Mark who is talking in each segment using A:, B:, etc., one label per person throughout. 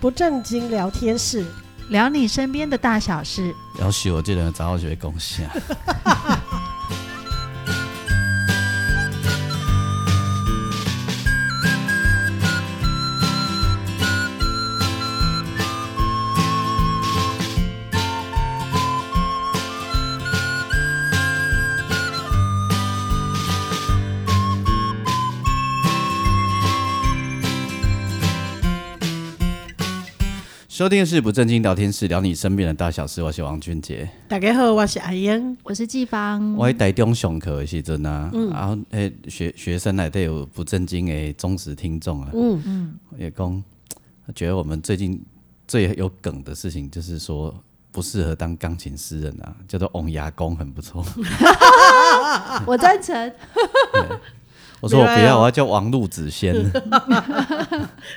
A: 不正经聊天室，
B: 聊你身边的大小事。
C: 要许我这人早就会贡献。收听的是不正经聊天室，聊你身边的大小事。我是王俊杰，
A: 大家好，我是阿英。
B: 我是季
A: 嗯
B: 芳，
C: 我喺台中上课的时阵啊，然后诶学学生内底有不正经的忠实听众啊，
A: 嗯
C: 也讲觉得我们最近最有梗的事情就是说不适合当钢琴诗人啊，叫做翁牙公很 不错。
B: 啊我赞成。
C: 我说我不
A: 没有啊
C: 要，我要叫王路子 仙，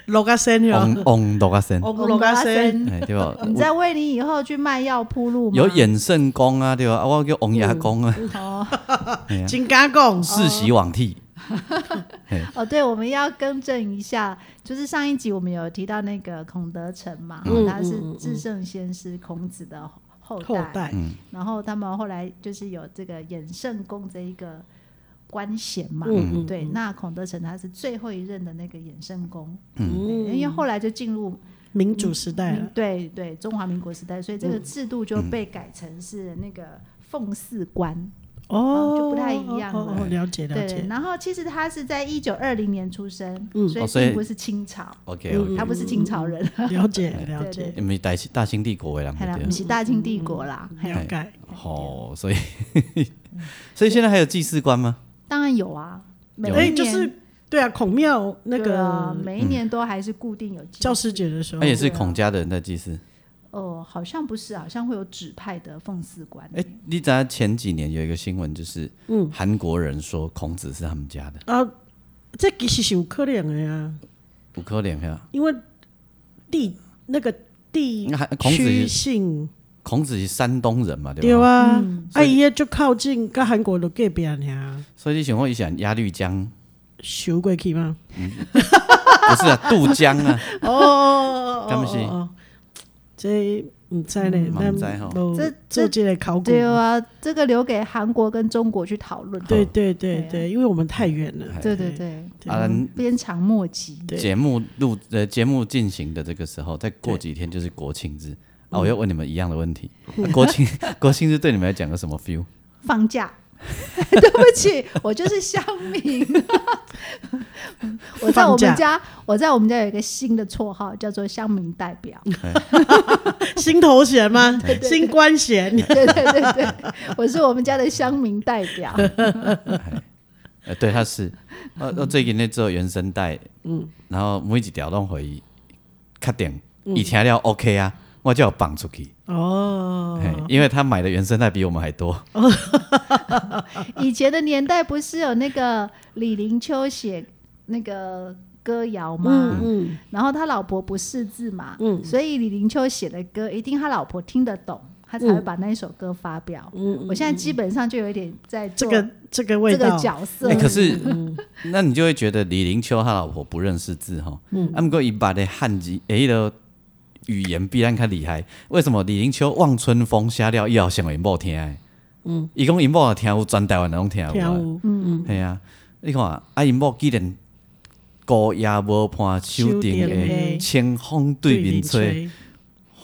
A: 罗家生哟，
C: 翁翁罗嘎仙，
A: 啊 哦罗家生，
C: 哎对 吧？
B: 你在为你以后去卖药铺路吗？
C: 有衍圣公啊，对吧？啊，我叫翁牙公
A: 嗯
C: 啊，
B: 哦
A: 真敢讲，
C: 世袭罔替。
B: 哦，对，我们要更正一下，就是上一集我们有提到那个孔德成嘛，
A: 嗯
B: 他是
A: 嗯嗯
B: 至圣先师孔子的后代，
A: 后代
B: 然后他们后来就是有这个衍圣公这一个官衔嘛。
A: 嗯嗯
B: 对，那孔德成他是最后一任的那个衍圣公，
A: 嗯
B: 因为后来就进入
A: 民主时代了，
B: 对对，中华民国时代，所以这个制度就被改成是那个奉祀官。
A: 哦，
B: 嗯就不太一样了
A: 哦，哦哦了解了
B: 对，
A: 解，
B: 然后其实他是在一九二零年出生，
A: 嗯
B: 所
C: 哦
B: 以
C: 所以
B: 并不是清朝，
C: OK OK，
B: 他不是清朝人，
A: 了解了解
C: 你们大大清帝国的人
B: 看来
C: 对
B: 我
C: 了
B: 们是大清帝国啦。嘿
A: 了解，
C: 哦，所以 所以现在还有祭祀官吗？
B: 当然有啊，每
C: 有
A: 哎，
B: 一
A: 就
B: 年
A: 是对啊，孔庙那
B: 对啊
A: 个
B: 每一年都还是固定有祭
A: 教师节的时候
C: 啊那，也是孔家的人在祭祀。
B: 哦，好像不是，好像会有指派的奉祀官。
C: 哎，你知道前几年有一个新闻，就是
A: 嗯
C: 韩国人说孔子是他们家的，
A: 啊，这其实是有可能的呀，
C: 不可怜呀。
A: 因为地那个地
C: 那还啊孔
A: 嗯
C: 子
A: 区
C: 是
A: 性。
C: 孔子是山东人嘛，对
A: 对
C: 吧？
A: 啊，
B: 嗯
A: 啊伊迄就靠近甲韩国的隔壁尔，
C: 所以你想问一下，鸭绿江
A: 收过去吗？
C: 不是啊，渡江啊，
A: 哦，
C: 敢不是
A: 这毋知呢，
C: 嘛
A: 咱
C: 不嗯知吼
A: 无
B: 这
A: 做这个考古，
B: 对啊，这个留给韩国跟中国去讨论。
A: 对对对
B: 对啊
A: 对，因为我们太远了，
B: 对对对，
C: 啊，咱
B: 鞭长莫及。
A: 对
C: 节目录呃节目进行的这个时候，再过几天就是国庆日
A: 嗯
C: 啊，我又问你们一样的问题，啊国庆 国庆日对你们来讲有什么 feel？
B: 放假。 对不起，我就是乡民。我在我们
A: 放
B: 家，我在我们家有一个新的绰号，叫做乡民代表。
A: 新头衔吗？新官衔，
B: 对对对对，我是我们家的乡民代表。
C: 呃，对，他是，我我最近咧做原声带，嗯，然后每一条拢回确定，伊听了 OK 啊，我就有放出去，
A: 哦
C: 嘿，因为他买的原声带比我们还多，
B: 以前的年代不是有那个李林秋写那个歌谣吗？
A: 嗯
B: 然后他老婆不识字嘛，
A: 嗯
B: 所以李林秋写的歌一定他老婆听得懂，他才会把那一首歌发表。
A: 嗯，
B: 我现在基本上就有一点在
A: 这
B: 做
A: 个这个味
B: 这个
A: 道，
B: 角色
C: 哎，。可是，那你就会觉得李林秋他老婆不认识字哈，啊，不过伊把的汉字诶的语言必然较厉害，为什么李林秋《望春风》写了以后成为某听的？嗯，伊讲因某也听有，全台湾人拢听有啊。
A: 跳舞，
C: 系啊，你看啊，因某既然高野无伴，手
A: 手
C: 定
A: 定
C: 的
A: 的
C: 清风对面吹，，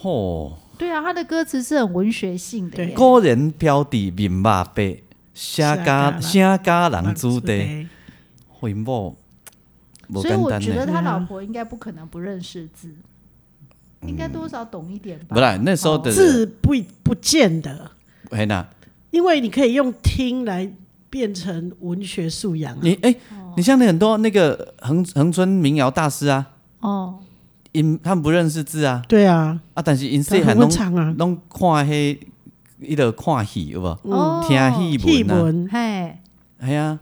C: 吼、
B: 对啊，他的歌词是很文学性的
A: 对
B: 耶。
C: 古人标题面目白，写家
A: 写
C: 写家人
A: 男
C: 子
A: 子
C: 弟，
A: 的，
C: 吼因某无
B: 所以
C: 简
B: 我
C: 单
B: 觉得
C: 呢。
A: 嗯
B: 他老婆应该不可能不认识字，应该多少懂一点吧。
C: 嗯不啦，那时候的
A: 字不不见得，
C: 哎那，
A: 因为你可以用听来变成文学素养啊。
C: 你哎、你像那很多那个恒恒春民谣大师啊，
B: 哦，
C: 因他们不认识字啊，
A: 对啊，
C: 啊，但是因
A: 他
C: 细汉
A: 很会
C: 拢
A: 唱啊，
C: 拢看迄伊就看戏有无？
B: 哦，
C: 听戏
A: 嗯戏
C: 文啊。
A: 文
B: 嘿，
C: 系啊，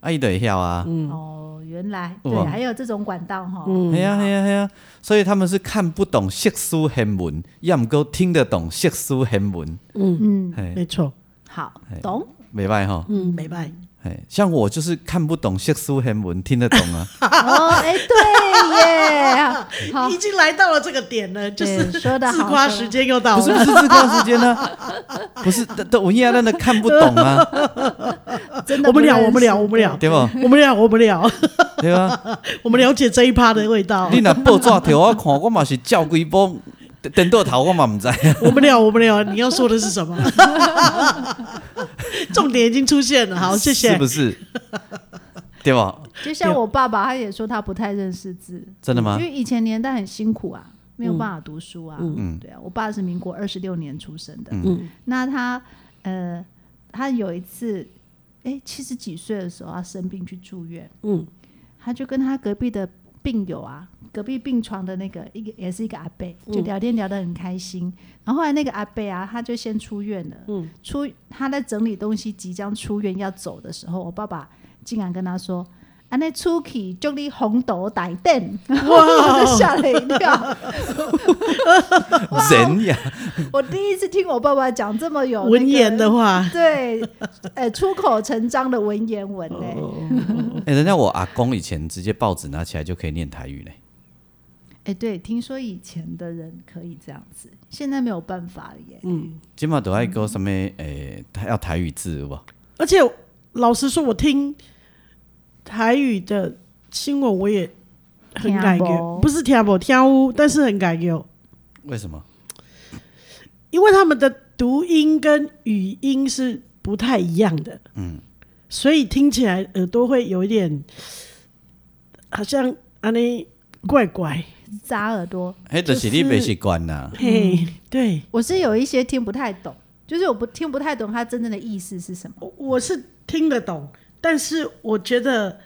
C: 啊伊就会晓啊，
A: 嗯
B: 哦，原来
C: 有
B: 对，
C: 啊
B: 还有这种管道哈。
C: 系啊系啊系啊，所以他们是看不懂世俗韩文，也毋过听得懂世俗韩文，
B: 嗯，
C: 嘿，
A: 没错，
B: 好，懂。
C: 袂歹吼，
A: 嗯，没拜，
C: 嘿，像我就是看不懂世俗韩文，听得懂啊，
B: 哦，哎，对对耶，好，
A: 已经来到了这个点了， 就是
B: 对说得好
A: 自夸时间又到
C: 不是
A: 了。
C: 不是自夸时间呢、不是，但但文艺啊，真的看不 懂啊，
B: 真的
A: 我们聊，
B: 不认识
A: 我们聊，我们聊，
C: 对吧？
A: 我们聊，我们聊，
C: 对吧？
A: 我们了解这一趴的味道
C: 你。若报纸条我看，我嘛是照规波，等到头我嘛唔知啊道。
A: 我们聊，我们聊，你要说的是什么？ 重点已经出现了，好，谢
C: 是
A: 谢
C: 不。是？对吧？
B: 就像我爸爸，他也说他不太认识字，
C: 真的吗
B: 因？为以前年代很辛苦啊，没有办法读书啊。对啊，我爸是民国二十六年出生的，
A: 嗯
B: 那他呃，他有一次，哎，七十几岁的时候，他生病去住院，
A: 嗯
B: 他就跟他隔壁的病友啊，隔壁病床的那个一个也是一个阿伯，就聊天聊得很开心。然后后来那个阿伯啊，他就先出院了。
A: 嗯
B: 出他在整理东西，即将出院要走的时候，我爸爸竟然跟他说。啊，那出去就你红豆大灯， 我就吓了一跳。
C: 人呀，
B: 我第一次听我爸爸讲这么有、
A: 文言的，话，
B: 对，呃，出口成章的文言文呢、
A: 哦
C: 哎，人家我阿公以前直接报纸拿起来就可以念台语嘞。
B: 哎、对，听说以前的人可以这样子，现在没有办法了
A: 嗯
B: 耶。
C: 今嘛都爱搞什么？诶，他要台语字有无？
A: 而且老实说，我听台语的新闻我也很感
B: 听
A: 觉，
B: 不
A: 不是听不听乌，但是很感觉，
C: 为什么？
A: 因为他们的读音跟语音是不太一样的，嗯，所以听起来耳朵会有一点好像安尼怪怪，
B: 扎耳朵，
C: 哎，就是你没习惯呐。
A: 嘿，对
B: 我是有一些听不太懂，就是我不听不太懂它真正的意思是什么。
A: 我我是听得懂，但是我觉得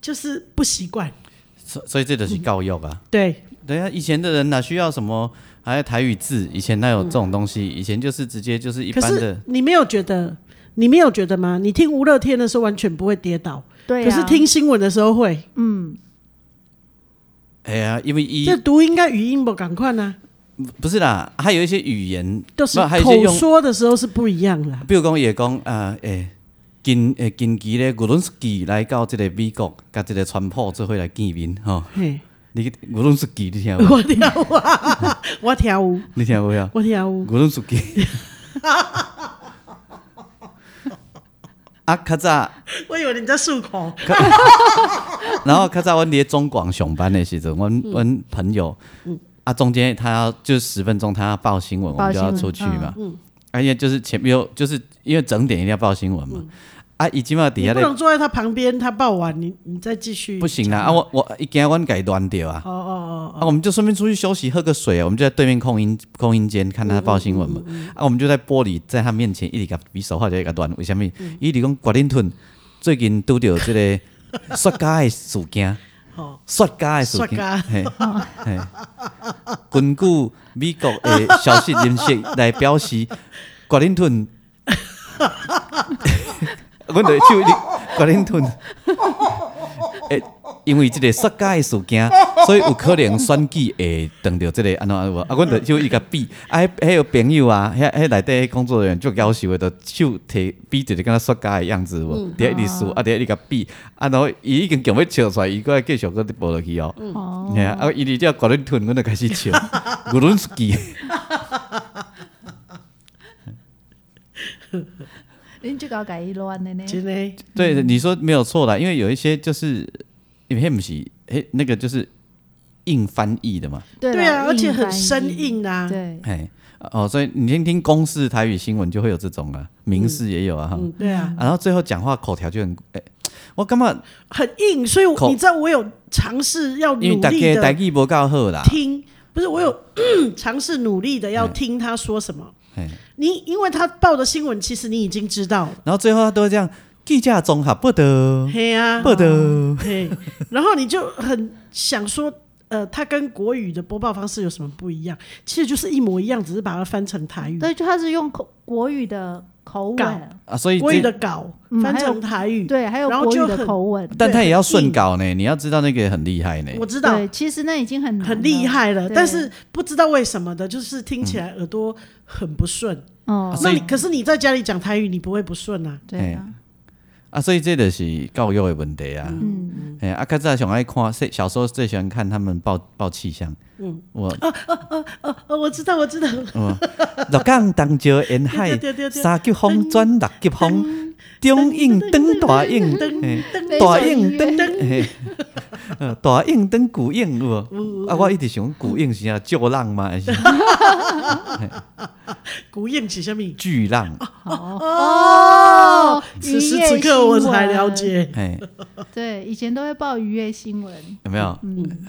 A: 就是不习惯，
C: 所所以这就是教育啊。
A: 对，
C: 对啊，以前的人哪需要什么还有台语字？以前哪有这种东西？以前就是直接就是一
A: 可
C: 般
A: 是
C: 的。
A: 你没有觉得，你没有觉得吗？你听吴乐天的时候完全不会跌倒，
B: 对、
A: 可
B: 啊，
A: 是听新闻的时候会。
C: 哎呀，因为一
A: 这读应该语音不赶快呢，
C: 不是啦，还有一些语言，
A: 就是
C: 不还有一些
A: 口
C: 用
A: 说的时候是不一样啦。
C: 比如讲，伊会讲啊，诶、近诶近期咧，俄罗斯基来到即个美国，甲即个川普做伙来见面吼。
A: 嘿，
C: 你俄罗斯基，你听有 无？
A: 我听有啊，我听有，
C: 你听有无啊？
A: 我听有。
C: 俄罗斯 基。啊，较早，
A: 我以为你在漱口。
C: 然后较早，阮伫中广上班的时阵，阮阮朋友，啊，中间他要就十分钟，他要报新闻，我
B: 报
C: 们就要
B: 新闻嗯
C: 出去嘛。而且就是前面有，就是因为整点一定要报新闻
B: 嗯
C: 嘛。啊，伊即嘛底
A: 你
C: 下
A: 不
C: 咧
A: 能坐在他旁边，他报完你你再继续。
C: 不行啦，啊，我我伊惊阮家乱掉啊。
A: 哦哦
C: 啊，我们就顺便出去休息，喝个水啊。我们就在对面空音空音间看他报新闻
A: 嗯
C: 嘛。啊，我们就在玻璃在他面前一直甲比手画脚一直甲乱，为什么？
A: 嗯
C: 伊直讲决定吞最近拄着这 个雪茄的事件，
A: 哦哦，
C: 雪茄的事
A: 雪
C: 件
A: 茄，
C: 嘿，嘿根据美国的消息人士来表示，决 定吞，阮就手一直决定吞。诶，因为即个雪茄的事件，所以有可能选举会撞到即个安怎有无？啊，阮着就伊甲比，啊，迄迄个朋友啊，迄迄内底迄工作人员足夭寿的，着手摕比一个敢若雪茄的样子有无？伫遐一直输，啊，伫遐一直甲比，啊，然后伊已经强要笑出来，伊个继续搁伫播落去哦。
B: 哦，
C: 吓啊，伊伫遮搞恁吞，阮就开始笑，俄伦斯基，
B: 你就搞改一乱的呢。
A: 真的，
C: 对，你说没有错啦，因为有一些就是，因为迄毋是，迄那个就是硬翻译的嘛。
B: 对
A: 对
B: 啦
A: 啊，而且很
B: 翻
A: 生
B: 译。
A: 硬啊。
B: 对，
C: 哎，哦，所以你先听公式台语新闻就会有这种啊，民事也有啊哈、
A: 嗯，对啊，
C: 啊然后最后讲话口条就很，哎、我感觉
A: 很硬，所以我
C: 口
A: 你知道我有尝试要努
C: 因为大
A: 力
C: 家嗯台
A: 的
C: 语不够好啦，
A: 听，不是我有尝试努力的
C: 嗯
A: 要听他说什么。
C: 哎，
A: 你因为他报的新闻，其实你已经知道了。
C: 然后最后他都会这样，记者综合不得
A: 嘿啊呀、
C: 不得，
A: 嘿，然后你就很想说，呃，它跟国语的播报方式有什么不一样？其实就是一模一样，只是把它翻成台语，
B: 对，就他是用口国语的口
A: 稿
B: 吻，
C: 啊，所以
A: 国语
C: 这
A: 的稿
B: 嗯
A: 翻成台语。
B: 对，还有
A: 然后
B: 国
A: 就
B: 语的
A: 很
B: 口吻。
C: 但他也要
A: 很硬
C: 顺稿呢，你要知道那个很厉害呢，
A: 我知道
B: 对，其实那已经很难
A: 很厉
B: 了。
A: 害了，
B: 对
A: 但是不知道为什么的，就是听起来耳朵很不顺。
B: 哦
C: 啊，
A: 那
C: 所以
A: 你可是你在家里讲台语，你不会不顺啊。
B: 对啊，
C: 啊，啊，所以这就是教育的问题啊。
B: 嗯，
C: 哎、啊，较早上爱看，小小时候最喜欢看他们报报气象。嗯，我
A: 哦哦，我知道，我知道，
C: 鹿港东石沿海
A: 对对对对
C: 三级风转六级风，中应登大应，嘿大应登，嘿 呃大应登古应有无？啊，我一直想古应是啊，旧浪 吗？还是
A: 古谚是什么？
C: 巨浪？
B: 好
A: 哦
B: 哦，
A: 此时此刻我才了。解，
C: 哎，
B: 对，以前都会报渔业
A: 嗯
B: 新闻、
C: 有没有？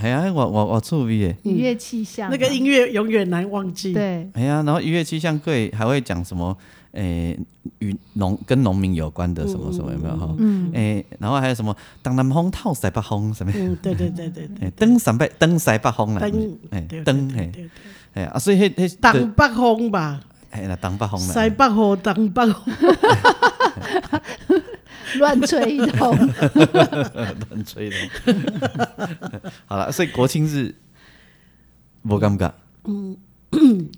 C: 哎呀，我我我趣味诶。
B: 渔业气象嘛，啊
A: 那个音乐永远难忘记。
B: 对，
C: 哎呀，然后渔业气象会还会讲什么？诶、与农跟农民有关的什么什么有没有哈？
B: 嗯
C: 诶、然后还有什么东南风套西北风什么？
A: 嗯，对对对对对，
C: 诶，登三百登西北风啦，啊
A: 灯
C: 诶
A: 对，
C: 登
A: 对
C: 诶，
A: 对对
C: 诶啊，所以迄迄
A: 东北风吧，
C: 诶啦，东北风啦，
A: 西北风，东北风，
B: 乱吹 一通。
C: 乱吹的。 好了，所以国庆日无感觉，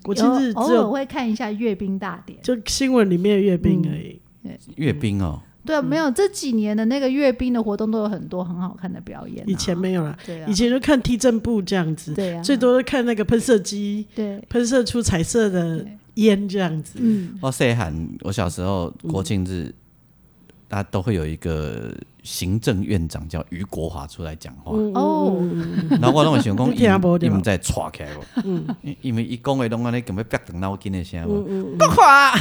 A: 国庆日
B: 偶
A: 只
B: 偶尔
A: 有
B: 会看一下阅兵大典。
A: 就新闻里面的阅兵而已。
C: 阅兵哦，
A: 嗯
B: 对，啊没有这几年的那个阅兵的活动都有很多很好看的表演啊、
A: 以前没有啦，
B: 对啊
A: 以，前就看踢正步这样子，
B: 对啊
A: 最多看那个喷射机
B: 对，
A: 喷射出彩色的烟这样子。
B: 嗯，
C: 我细汉我小时候
A: 嗯
C: 国庆日，大家都会有一个行政院长叫于国华出来讲话，
B: 哦，
C: 然后我拢会想讲，
A: 你嗯 听无
C: 伊
A: 对吧嗯
C: 毋知错起来无，因因为伊讲的拢安尼，根本逼长脑筋的声无，不垮，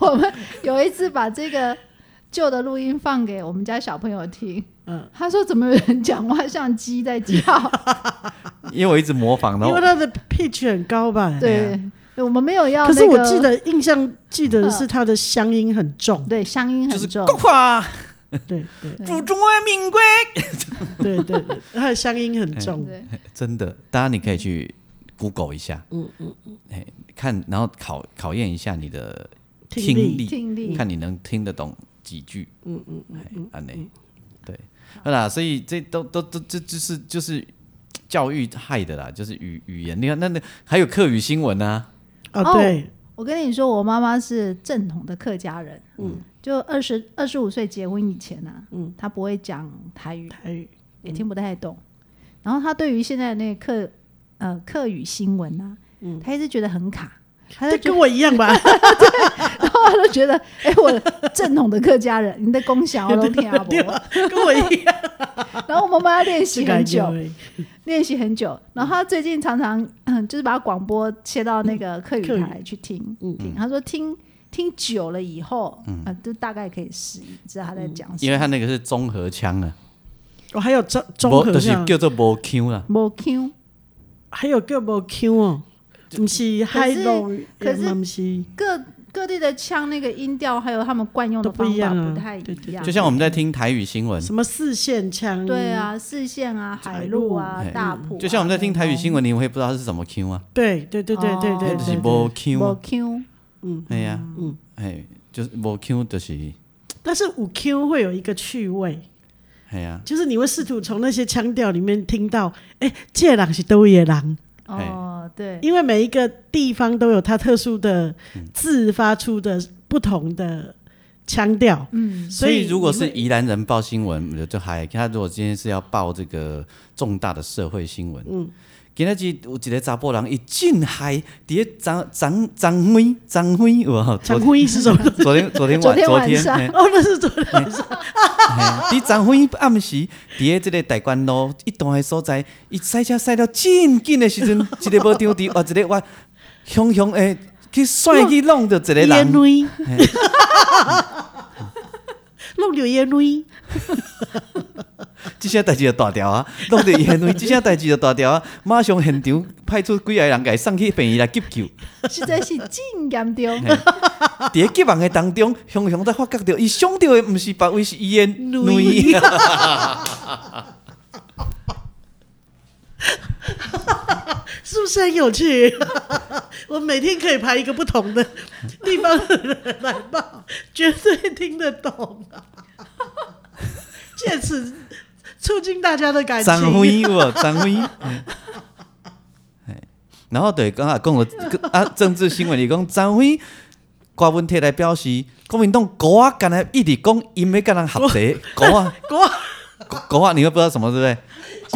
B: 我们有一次把这个旧的录音放给我们家小朋友听，
A: 嗯
B: 他说怎么有人讲话像鸡在叫？
C: 因为我一直模仿，然
A: 嗯因
C: 后
A: 为它的 pitch 很高吧？
B: 对，我们没有要、
A: 可
B: 那
A: 是
B: 个，
A: 我记得印象记得是它的乡音很重。
B: 对乡音
C: 就
B: 很
C: 是
B: 重，
C: 国华，
B: 嗯
A: 对对
C: 祖中华民国，
A: 对对对，它的乡音很重。
B: 对，
C: 真的，大家你可以去 Google 一下，嗯嗯，哎，看，然后考考验一下你的
A: 听力
C: 力，
B: 听力
C: 看你能听得懂几句，嗯嗯嗯，安内，对，好啦，所以这都都都这就是就是教育害的啦，就是语语言，你看那那还有课语新闻啊，
A: 哦，
B: 哦
A: 对，
B: 我跟你说，我妈妈是正统的客家人，嗯，就二十二十五岁结婚以前啊，嗯，她不会讲台语，
A: 台语
B: 也听不太懂。然后她对于现在的那个客呃客语新闻啊，嗯，她一直觉得很卡， 她就
A: 这
B: 觉
A: 跟我一样吧？
B: 得，然后她就觉得，哎、我正统的客家 人，你的功小我都听不
A: 对
B: 懂。
A: 吧？跟我一 样，
B: 然后我妈妈要练
A: 是
B: 习
A: 感
B: 很
A: 觉
B: 久，
A: 而已。
B: 练习很久，然后他最近常常嗯就是把广播切到那个客语
A: 客语
B: 台去听，听他说听听久了以后，嗯、就大概可以适应，知道他在讲什
C: 嗯因
B: 么。
C: 为他那个是综合腔啊，
A: 我哦还有综综
C: 无
A: 合
C: 就是
A: 上，
C: 叫做无腔啊啦，
B: 没 Q，
A: 还有个无 Q 哦，不是 high low，
B: 可是嗯
A: 也不是
B: 各各地的腔那个音调，还有他们惯用的
A: 都不
B: 方
A: 一
B: 法
A: 样啊
B: 不太一
A: 对对
B: 样。
C: 就像我们在听台语新闻，
A: 什么四线腔？
B: 对，啊，四线啊，
A: 海
B: 海
A: 陆
B: 陆啊
C: 哎，
B: 大埔啊、
C: 就像我们在听台语新
B: 闻，
C: 闻，你会不知道是什么腔啊，
A: 对对对对对对
C: 那
A: 对
C: 就是
A: 对，
C: 无腔
B: 没 Q，
C: 啊，哎呀，嗯，哎，就是无腔就是，
A: 但是五 Q 会有一个趣味，
C: 哎呀，
A: 就是你会试图从那些腔调里面听到，哎、这狼是都野狼，
B: 哦，对，
A: 因为每一个地方都有它特殊的字发出的不同的腔调，
B: 嗯，
C: 所以如果是
A: 你会
C: 宜兰人报新闻，就还他如果今天是要报这个重大的社会新闻，嗯，今天日有一个查甫人，伊进海，伫个张张张辉张辉，有无？
A: 常
C: 昨
A: 会议是 什么？
C: 昨天昨天晚
B: 昨天晚
C: 天，
B: 上
C: 嘿
A: 哦，那是昨天晚上
C: 嘿，伫昨昏暗时，伫个即个大关路一段的所在，伊驶车驶到真紧的时阵， 一个无张持，哇，一个我雄雄诶，去甩去弄着一个
A: 烟
C: 人，
A: 蕊， 弄流烟蕊，
C: 即些代志就大条啊，弄着烟灰，即些代志就大条啊， 马上现场派出几个人甲伊送去病院来急救。
B: 实在 是真严重。
C: 伫个急忙的当中，雄雄才发觉到，伊伤着的毋是别位，是伊的
A: 蕊
C: 女。啊
A: 是不是很有趣？ 我每天可以排一个不同的地方的人来报，绝对听得懂、啊。借此促进大家的 感情。
C: 张辉有无？张辉。 嗯嘿然后对，刚才讲了啊，政治新闻里讲张辉，瓜分贴来表示国民党国啊，敢才一直讲，因没跟人合贼，国啊，
A: 国
C: 国国啊，你会不知道什么，对不对？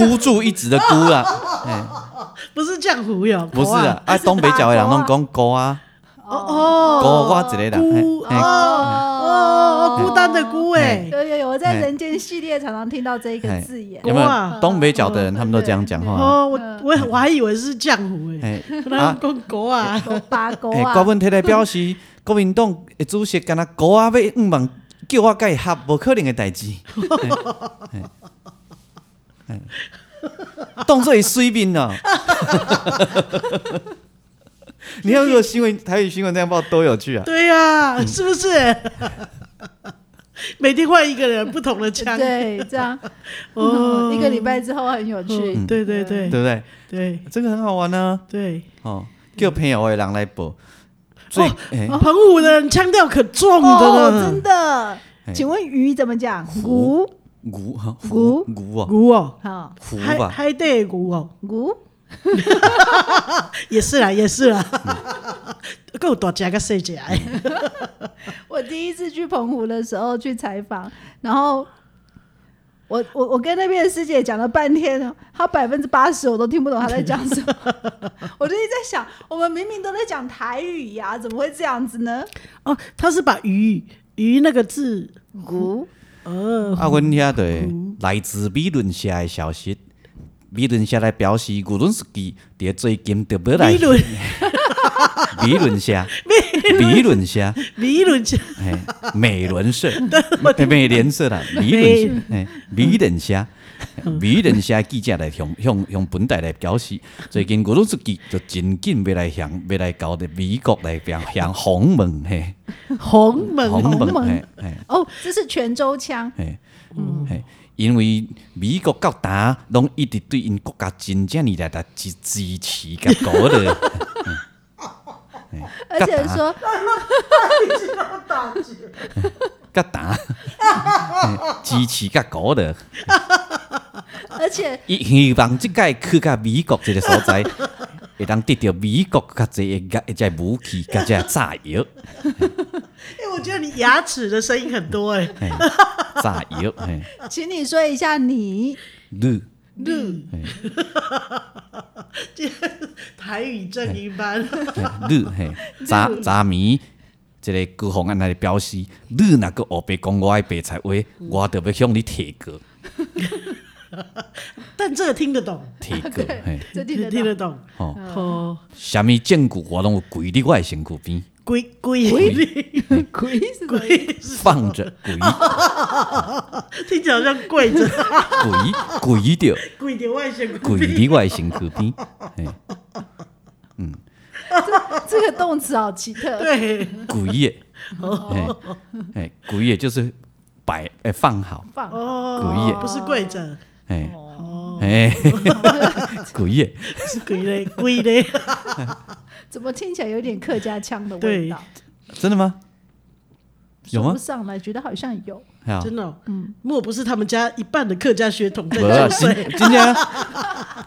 C: 孤注一掷的孤啊，
A: 不是酱糊哟，
C: 不是
A: 国
C: 啊，啊，东北角的人拢讲国啊，
A: 哦哦，
C: 国我一个人
A: 孤，
C: 嘿嘿
A: 哦哦，孤单的孤哎，
B: 有有有，我在
C: 哎
B: 人间系列常常听到这一个
C: 哎
B: 字眼。
C: 有没
A: 国啊
C: 有？东北角的人他们都这样讲话啊，
A: 哦，我我我还以为是酱糊哎，
C: 哎
A: 那讲国啊，
B: 狗八狗
C: 诶，
B: 啊，
C: 郭文摕来表示，国民党的主席敢若国啊要五万叫我甲伊合，无可能的代志。嘿嘿嘿当做伊水兵哦。 你看，如果新闻台语新闻这样报多有趣啊！
A: 对呀，是不是？ 每天换一个人，不同的腔，
B: 对，这样 嗯
A: 哦嗯
B: 一个礼拜之后很有趣。
A: 对对
C: 对
A: 对
C: 不对？
A: 对
C: 这个很好玩啊！
A: 对，
C: 哦，叫朋友的人来报，最
A: 哦
C: 诶
A: 澎湖的人腔调可重
B: 哦，
A: 的
B: 真
A: 呢，
B: 的
C: 哎。
B: 请问鱼怎么讲？
C: 胡
B: 胡
C: 牛哈
B: 牛
C: 牛牛啊
A: 牛哦，
B: 好，
C: 胡
A: 海
C: 吧，
A: 海带牛哦，
B: 胡
A: 也是啦，也是啦，够大只个细只的，啊
B: 嗯我第一次去澎湖的时候去采访，然后我我我跟那边的师姐讲了半天哦，她百分之八十我都听不懂她在讲 什么，我就一直在想，我们明明都在讲台语呀、怎么会这样子呢？
A: 哦，他是把鱼鱼那个字，
B: 胡
A: 呃，
C: 啊，阮遐对来自美伦社的消息，美伦社来表示，无论是基伫最近特别来
A: 米伦
C: 美伦社，美伦社，
A: 米伦家
C: 嘿，美伦 社，美联社啦，美伦社，嘿，美伦社。美伦社记者来向向向本台来表示，最近俄罗斯基就真紧要来向要来搞的美国来表向访问 嘿，
A: 红门
C: 访
B: 鸿
C: 问
B: 蒙
C: 嘿嘿。
B: 哦，这是泉州腔，
C: 嘿，嘿，因为美国到达拢一直对因国家真正哩来来支支持甲鼓励，
B: 而且说
A: 哎
C: 甲 达支持甲鼓励，
B: 而且
C: 伊希望即届去甲美国即个所在， 会当得到美国较侪个一只武器 甲只炸药，
A: 哎、我觉得你牙齿的声音很多哎、
C: 嘿炸药，嘿，
B: 请你说一下你
C: 你
A: 绿
C: 嘿，
A: 这台语正音班，
C: 嘿你嘿，炸炸米。即个高雄安尼表示，你若个黑白讲我的白菜话，我就要向你提告，
A: 但这个听得懂，
C: 提告，嘿。
B: 这听得
A: 听
B: 到嗯
A: 得懂。
C: 哦，
A: 哦，
C: 啥物证据我拢有跪伫我的身躯边，
A: 鬼鬼鬼
B: 鬼是什么意 思
A: 鬼，
C: 放着 跪
A: 听起来好像跪着，
C: 跪跪着
A: 跪着外显
C: 跪
A: 鬼。
C: 伫我的身躯边，嘿
B: 这个动词好奇特，
A: 对，
C: 跪的， 嘿嘿跪的就是摆诶放好，
B: 放
A: 哦，
C: 鬼
A: 不是跪着，
C: 嘿
A: 哦
B: 哦
C: 嘿 跪的，
A: 是鬼嘞，鬼嘞，
B: 怎么听起来有点客家腔的味
A: 对
B: 道？
C: 真的吗？有
B: 说
C: 吗
B: 不？上来，觉得好像有。
C: 嘿啊
A: 真的、哦，嗯，莫不是他们家一半的客家血统在
C: 无啊，
A: 作
C: 真
A: 祟？
C: 真正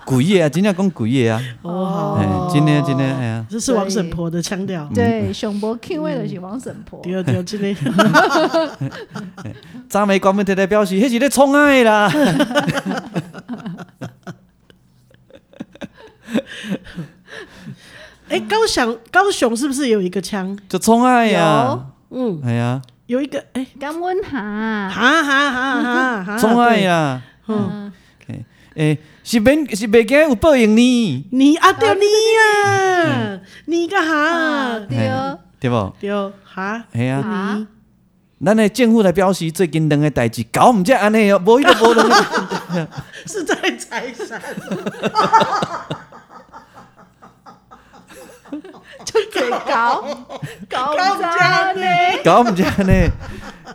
C: 跪的啊，真正讲跪的啊，
A: 哦，
C: 嘿，真的真的哎嗯呀，
A: 这是王婶婆的腔调。
B: 对，熊博 King 位的是王婶婆，
A: 对啊对，真的，
C: 张梅官们特来表示，迄是咧创 爱啦。
A: 哎，高雄高雄是不是有一个腔？
C: 就宠爱呀，
A: 嗯，
C: 哎呀，
A: 有一个，哎，
B: 甘温hà，
A: 哈哈哈哈哈，
C: 宠爱啊
A: 对
C: 呀，
B: 嗯，
C: 诶，是免是袂惊有报应呢，
A: 你啊，对你啊，你个
B: 啊，
A: 哈，
B: 对
C: 嘿，对无？
A: 对哦哈，
C: 系啊，
B: 啊，
C: 咱的政府来表示最近两个代志搞毋只安尼哦，无伊都无两个。
A: 是在财山，
B: 就嘴高高家呢，
C: 搞毋只安尼。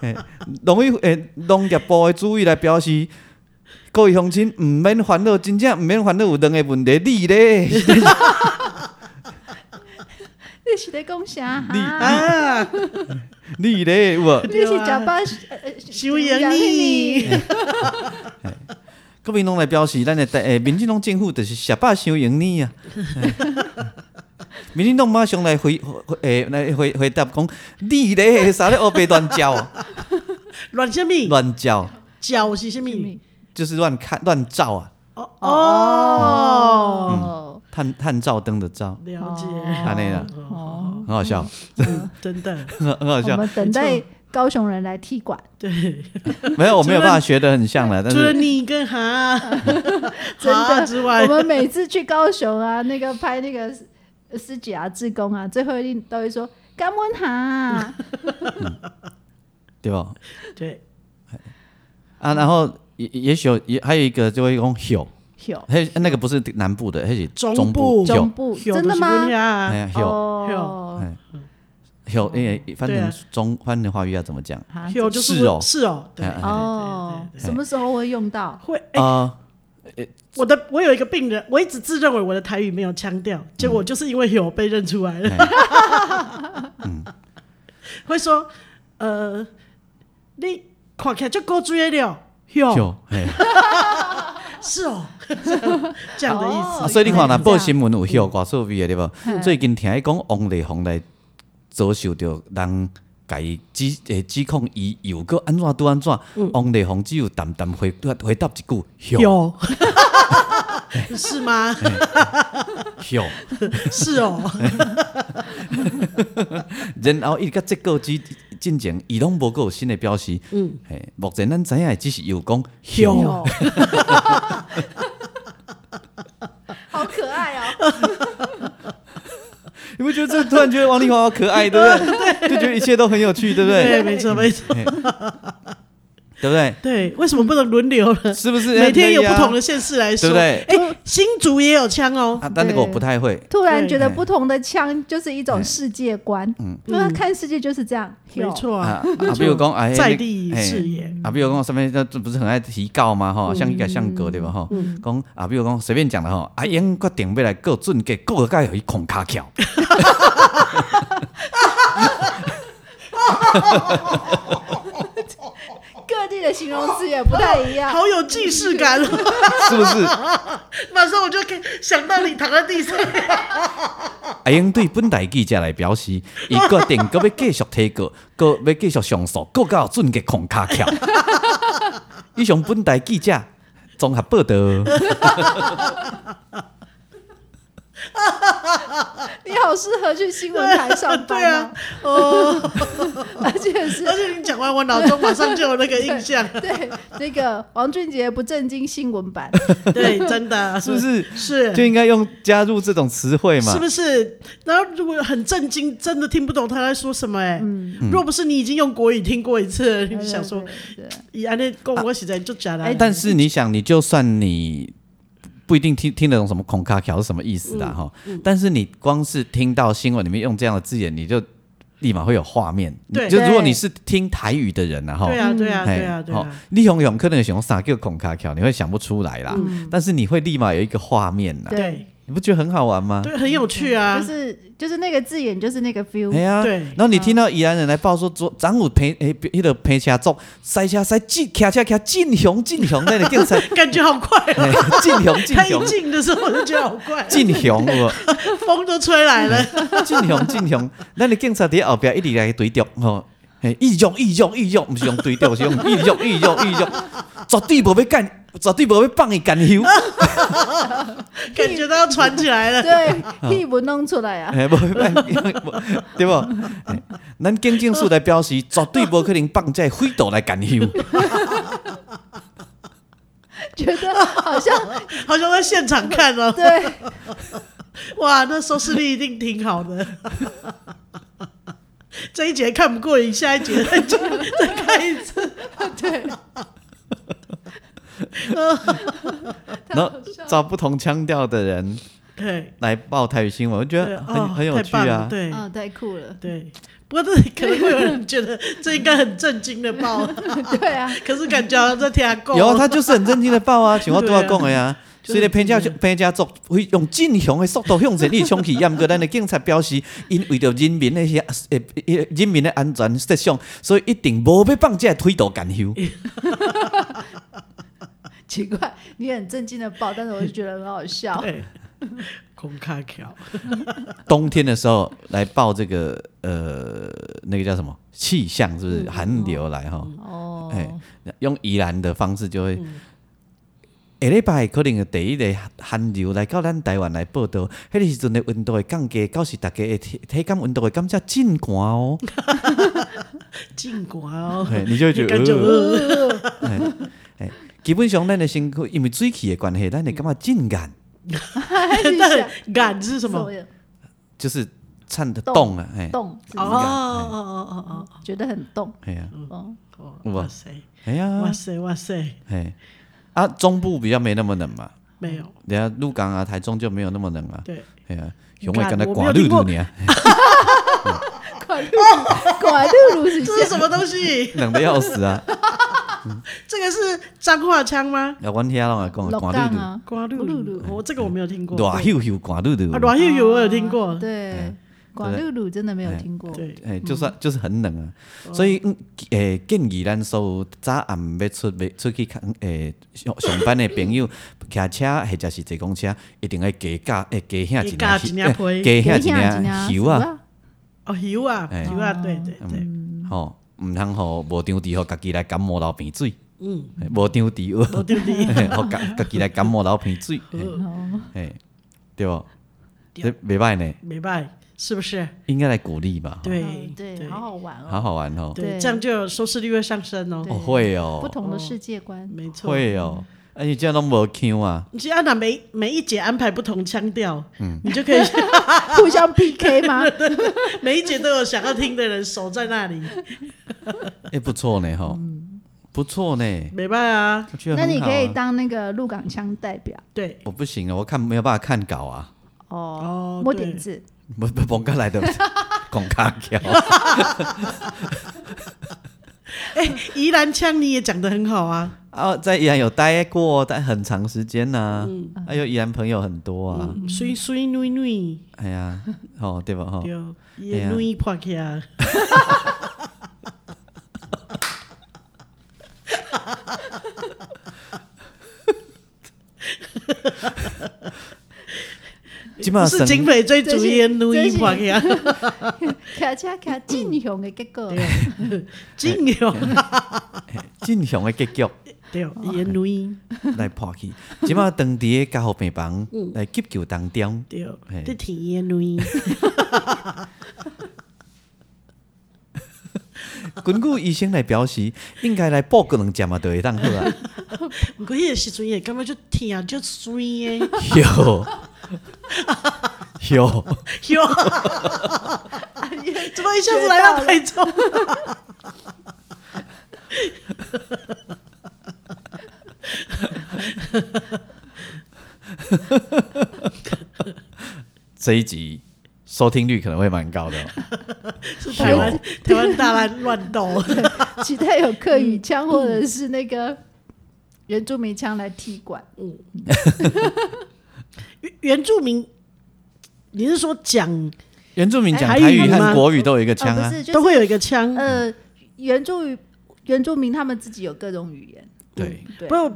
C: 嘿农业诶，农业部的主意来表示，各位乡亲毋免烦恼，真正毋免烦恼有两个问题，你咧，
B: 你是在讲啥
C: 你
B: 哈？
A: 啊，
C: 你咧有无？
B: 你是呃假扮
A: 修养你，
C: 国民党来表示，咱的代诶，民进党政府就是十八想赢你啊， 民进党马上来回回诶来回回答讲，你咧啥咧黑白乱叫啊
A: 乱什么？
C: 乱叫，
A: 脚是什么？
C: 就是乱看乱照啊，
A: 哦哦，
B: 哦
C: 探探照灯的照，
A: 了解，
C: 安尼啦，
B: 哦，
C: 很好笑，
A: 嗯真的，
C: 很很好
B: 我
C: 笑
B: 们。等待高雄人来踢 馆，
A: 对，
C: 没有，我没有办法学的很像啊了，但
A: 除了
C: 是
A: 你跟哈
B: 真
A: 哈
B: 的
A: 之外
B: 我，们每次去高雄啊，那个拍那个师姐啊、志工啊，最后一定都会说甘温啊哈，
C: 对吧？
A: 对，
C: 啊，然后也也许有也还有一个就会用有，
B: 有
C: 嘿，那个不是南部的，那是
A: 中
C: 部
A: 部
B: 中
C: 有，
B: 部
A: 有
B: 真的
A: 是
B: 吗
A: 不？呀
C: 哎呀有
B: 哦，
C: 哎有，因为翻
A: 对
C: 成
A: 啊
C: 中翻成华语要怎么讲？
B: 啊
A: 有就是
C: 是哦
A: 是哦，对
C: 哎哎
B: 哦，
C: 对
B: 什么时候会用到？
A: 会哎
C: 啊，
A: 我的我有一个病人，我一直自认为我的台语没有腔调，结
C: 嗯
A: 果就是因为有被认出来了。
C: 嗯
A: 会说呃，你看起来就够追了，有
C: 有，嘿。
A: 是哦，这样的意思。
B: 哦
C: 啊，所以你看啦，
B: 原来是这
C: 报
B: 样
C: 新闻有迄个数字的对
B: 嗯
C: 无？最近听伊讲王力宏来遭受着人甲伊指诶指控，伊又搁安怎拄安怎？王力宏只有淡淡回回答一句：有
A: 有 是吗？
C: 有。
A: 是哦，
C: 然后伊甲结果之进前，伊拢无搁有新的表示。嗯，嘿，目前咱知影的只是有讲有。
B: 有， 好可爱 哦！
C: 你不觉得这突然觉得王力宏好可爱，对不 对？就觉得一切都很有趣，对不
A: 对，
C: 对？
A: 没错没错，
C: 对不对？
A: 对，为什么不能轮流呢？
C: 是不是？啊
A: 每天有不同
C: 的
A: 的县市来说，
C: 对不对
A: 哎，新竹也有腔哦，
C: 啊，但那个我不太会。
B: 突然觉得不同的腔就是一种世界观，
C: 嗯
B: 因为他看世界就是这样，
A: 没错
C: 啊
A: 啊，，
C: 啊，比如 讲，哎，
A: 在
C: 那
A: 地
C: 嘿
A: 视野
C: 啊，比如讲，上面这不是很爱提告吗？
A: 嗯
C: 吼，像一个像狗对吧？吼，讲啊，比如讲随便讲的吼，啊，英决定要来告准给告个有伊恐卡翘，
B: 各地的形容词也不太一样。
C: 啊
A: 好有既视感哦。
C: 是不是？
A: 马上我就可以想到你躺在地 上，
C: 啊，英对本台记者来表示，伊决定搁要继续提告， 搁要继续上诉，告到准给恐卡翘。 以上本台记者综合报道，
B: 你好适合去新闻台上
A: 对
B: 班哦
A: 啊，，哦，
B: 而且是
A: 而且你讲完，我脑中马上就有那个印象，
B: 对那个王俊杰不正经新闻版，
A: 对，真的
C: 是不是？
A: 是
C: 就应该用加入这种词汇嘛
A: 是？不是？然后如果很震惊，真的听不懂他在说什么、哎、
C: 嗯
A: 若不是你已经用国语听过一次 了，你就想说，
B: 嗯对，对
A: 以安内跟我实在就假的、
B: 哎
C: 啊但是你想，你就算你不一定听听得懂什么孔卡条是什么意思
A: 嗯
C: 啦，哈、但是你光是听到新闻里面用这样的字眼，你就立马会有画面。
A: 对
C: 你就如果你
B: 对
C: 是听台语的人然后。
A: 对啊，对
B: 嗯
A: 啊，
C: 嘿
A: 对啊，对
C: 吼
A: 啊，
C: 你用用可能用啥叫孔卡条，你会想不出来啦。但是你会立马有一个画面啦，
A: 嗯对
C: 你不觉得很好玩吗？
A: 对，很有趣啊
B: 嗯就，是就是那个字眼，就是那个 feel，
C: 哎呀，
A: 对
C: 然后你听到宜兰人来报说，昨昨午陪诶，迄个陪车族塞车塞进，卡车卡进熊进熊，那个警察
A: 感觉好快、哦。
C: 嘿进熊进
A: 他
C: 熊
A: 一。进的时候我就觉得好 怪，
C: 进雄有无？
A: 风都吹来 了，
C: 进雄进雄，咱的警察伫后壁一直来对着吼，嘿，意用意用意用，毋是用对着，是用意用意用意用，绝对无要干，绝对无要放伊干休，
A: 感觉都要喘起来了。
B: 对，屁不弄出来啊，
C: 嘿，无要放，对无？嘿咱警政署来表示，绝对无可能放在飞刀来干休，
B: 觉得好像，
A: 好像在现场看哦
B: 对，
A: 哇，那收视率一定挺好的。 这一节看不过瘾，下一节再讲再看 一 次。
C: 然后找不同腔调的人
A: 对，
C: 来报台语新闻，我觉
A: 对
C: 得
A: 哦
C: 很很有
A: 太
C: 趣
A: 棒了
C: 啊。
A: 对
B: 嗯，太酷了，
A: 对，不过这可能会有人觉得这应该很震惊的报，
B: 对啊，
A: 可是感觉好像在听他讲。
C: 有啊，他就是很正经的报啊，像我拄仔讲的啊。
A: 对啊
C: 虽然偏家偏家族会用尽雄的速度向前你冲去，也毋过咱的警察表示，因为着人民的遐诶诶呃人民的安全设想，所以一定无要放这呃推倒干休。
A: 哎
B: 奇怪，你很震惊的报，但是我就觉得很好笑，
A: 对，空卡桥，
C: 冬天的时候来报这个呃那个叫什么气象，是不
A: 嗯
C: 是寒流来哈？
B: 哦，
C: 哎、用宜兰的方式就会。
A: 嗯
C: 下礼拜可能有第一个寒流来到咱台湾来报道，迄个时阵的温度会降低，到时大家的体体感温度会感觉真寒哦，
A: 尽管哦，
C: 嘿你就会觉得
A: 感觉
C: 呃
A: 呃
C: 基本上咱的身躯因为水气的关系，咱会感觉真干，
A: 但感是什么？
C: 就是颤得
B: 冻
C: 动啊，哎，
B: 动，
A: 哦哦哦哦
B: 觉得很动，
C: 哎呀，
B: 哦，
A: 哦
C: 有
A: 哦，
C: 吧
A: 哇塞，
C: 哎呀
A: 哇，塞，哇塞，
C: 哎，啊，中部比较没那么冷嘛，
A: 没有，
C: 等下鹿港啊、台中就没有那么冷啊，
A: 对，
C: 哎呀，雄伟跟他
A: 干
C: 刮
A: 我没有
C: 绿
A: 听过
C: 绿呢，
B: 寡露露是
A: 这是什么东西？
C: 冷的要死啊！
A: 这个是脏话腔吗？
C: 啊，阮遐拢会讲
B: 老
C: 啊
B: 杠
C: 寒绿
B: 啊，
A: 刮露
B: 露
A: 露
B: 露
A: 露，哦我这个我没有听过。
C: 绿，热咻咻寒绿绿
A: 啊，，软又有我有听
B: 啊
A: 过，
B: 嗯对，寡露露真的没有听过，
A: 对，
C: 哎，就算就是很冷啊，所以嗯，诶，建议咱所有早暗要出要出去看诶上上班的朋 友，骑车或者是坐公车，一定要加加诶加遐一
A: 加一领被
C: 领加遐一领袖啊，，
A: 哦，油啊，
C: 哎嗯
A: 油啊，对对对，
C: 吼，毋通互无张治互家己来感冒流鼻水，嗯，无张治 无张治，互家家己来感冒流鼻 水，
B: 哦，
C: 诶，对无？这袂歹呢，
A: 明白是不是？
C: 应该来鼓励吧，吼
A: 对
B: 啊嗯对，好好玩哦，
C: 好好玩哦。
A: 对，
B: 对
A: 这样就收视率会上升哦
B: 对。
C: 哦，会
B: 不
C: 哦，
B: 同的世界观，
A: 没错，
C: 会哦，而且这样都无 Q 啊，
A: 你只要拿每每一节安排不同腔调，
C: 嗯
A: 你就可以 哦
B: 互相 PK 吗？
A: 每一节都有想要听的人守在那里，
C: 哎，不错呢吼，不错呢，
A: 没办啊，
C: 我觉得
B: 那你
C: 很好
B: 可以
C: 啊。
B: 当那个鹿港腔代表
A: 对，
C: 我不行了，我看没有办法看稿啊，
B: 哦
A: 哦，
B: 摸
A: 对
B: 点字，
C: 不不，甭过来的，讲卡桥，
A: 宜兰腔你也讲得很好啊，
C: 啊，在宜兰有待过，待很长时间呐、还有宜兰朋友很多啊，
A: 水水女女，
C: 哎呀，哦，对吧？哈、
A: 对，
C: 哎
A: 也
C: 呀
A: 女破起来，
C: 基
A: 不
C: 本
A: 是
C: 上
A: 警
C: 省
A: 匪追逐也女破起来，
B: 卡恰卡进雄的结
A: 嗯
B: 果，
A: 真有，
C: 进雄的结局
A: 对，也女，
C: 来破去，即马当地的加护病房来急救当中，
A: 对
C: 嘿，
A: 这挺也女，
C: 根据医生来表示，应该来报个两针嘛，就会当好啊。
A: 不过迄个时阵也感觉就听啊，就 水的，
C: 有有，
A: 有，哎怎么一下子来到台中？
C: 这一集收听率可能会蛮高的哦、
A: 是 台湾台湾大乱乱斗，
B: 期待有客语腔或者是那个
A: 嗯
B: 原住民腔来踢馆，
A: 原原住民，你是说讲
C: 原住民讲
A: 哎
C: 台语
A: 还有吗
C: 和国语都有一个
B: 哦
C: 腔
B: 不
C: 啊，
B: 是，就
A: 都
B: 是
A: 会有一个腔？
B: 呃，原住于原住民他们自己有各种语言，
C: 对，
B: 对
A: 不，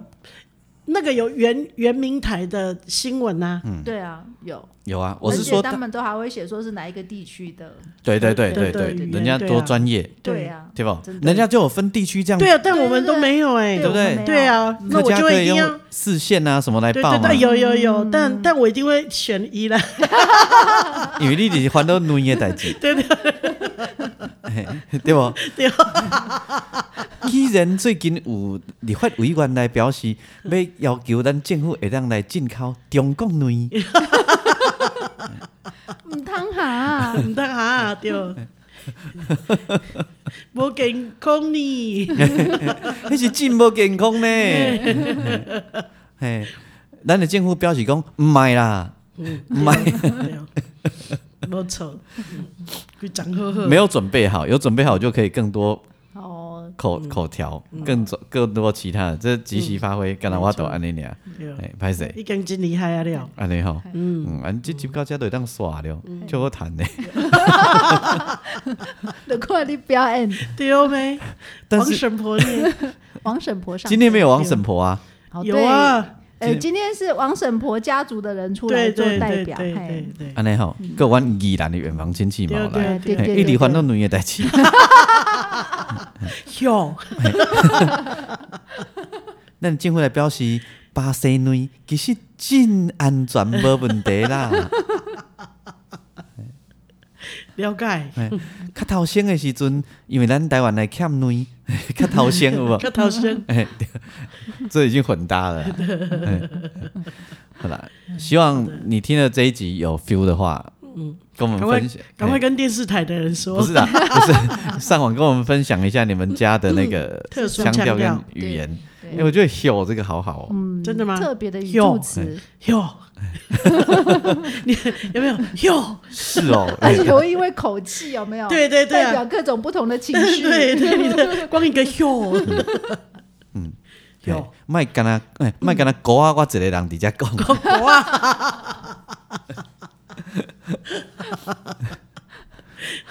A: 那个有原原明台的新闻呐、
C: 嗯
A: 啊，
B: 对啊，有，
C: 有
A: 嗯
C: 啊，我是
B: 而且
C: 说
B: 他
C: 大，
B: 们都还会写说是哪一个地区的，
C: 对对对
A: 对
C: 对对
A: 对对，
C: 人家
A: 对
C: 多
A: 啊
C: 专业，
B: 对啊，
C: 对吧
B: 真？的
C: 人家就有分地区这样，
A: 对啊，但
B: 对
A: 我们
B: 对
A: 都没有哎、
C: 对不对
B: 我们没有
A: 对啊，那
C: 客
A: 我
C: 家
A: 就
C: 可
A: 会
C: 以
A: 一定要
C: 用。四县啊什么来
A: 对
C: 报
A: 对
C: 嘛
A: 对，，有有有，
B: 嗯
A: 但但我一定会选宜 兰，
C: 因为你是还到农业代志，
A: 对对
C: 嘿对不？
A: 对，
C: 既然最近有立法委员来表示，要要求咱政府会当来进口中国卵，
B: 嗯，汤哈，
A: 唔得哈，啊 对，无健康呢，
C: 迄是真无健康 呢。嘿嘿，咱的政府表示讲毋卖啦，
A: 对，无错，佮长呵呵
C: 没，有准备好，有准备好就可以更多
B: 哦，
C: 口
A: 嗯
C: 口条，更多更多其他的，这即席发挥，干哪我都安尼尔，
A: 对，
C: 哎，歹势。
A: 已经真厉害啊了，
C: 安尼吼，嗯，安即集到遮就会当耍了，
B: 嗯
C: 就好谈呢。
B: 就看你表演
A: 对没？
C: 但
A: 王
C: 是
A: 婶婆呢？
B: 王婶婆上
C: 今天没有王婶婆啊，
B: 哦，
A: 有
B: 对，
A: 啊，
B: 哎，今天是王婶婆家族的人出来
A: 对
B: 做
A: 对
B: 代
A: 对
B: 表，
A: 对
B: 嘿哎
A: 对对，
C: 安尼吼，各阮宜兰的远房亲戚嘛有来，
B: 嗯对对
C: 嘿
B: 对，
C: 哎一直烦恼
B: 对
C: 女的代志，
A: 有
C: 咱政府来表示，巴西女其实真安全，无问题啦。
A: 了解。
C: 嘿较头先的时阵，因为咱台湾来欠女，较头先有无？
A: 个头先，
C: 哎，对这已经混搭了啦。哎好啦，希望你听了这一集有 feel 的话，嗯，跟我
A: 赶
C: 们
A: 快
C: 分享。
A: 赶快
C: 哎
A: 跟电视台的人
C: 不
A: 说，
C: 是啊，不是 上网跟我们分享一下你们家的那个
A: 嗯特殊
C: 腔
A: 腔
C: 调跟
A: 调
C: 语言，哎
B: 对
C: 因为我觉得 “hill” 这个好好哦，
B: 嗯
A: 真的吗
B: 特别的语
A: 有
B: 助词，
A: 有， 你有没有有？
C: 是 哦，
A: 哎
B: 而且会因为口气有没有？
A: 对对对
B: 代
A: 啊
B: 表各种不同的情 绪。
A: 对对，你的光一个 有，有嗯
C: 卖干那哎，卖干那狗啊，我一个人伫 遮讲，
A: 好狗啊！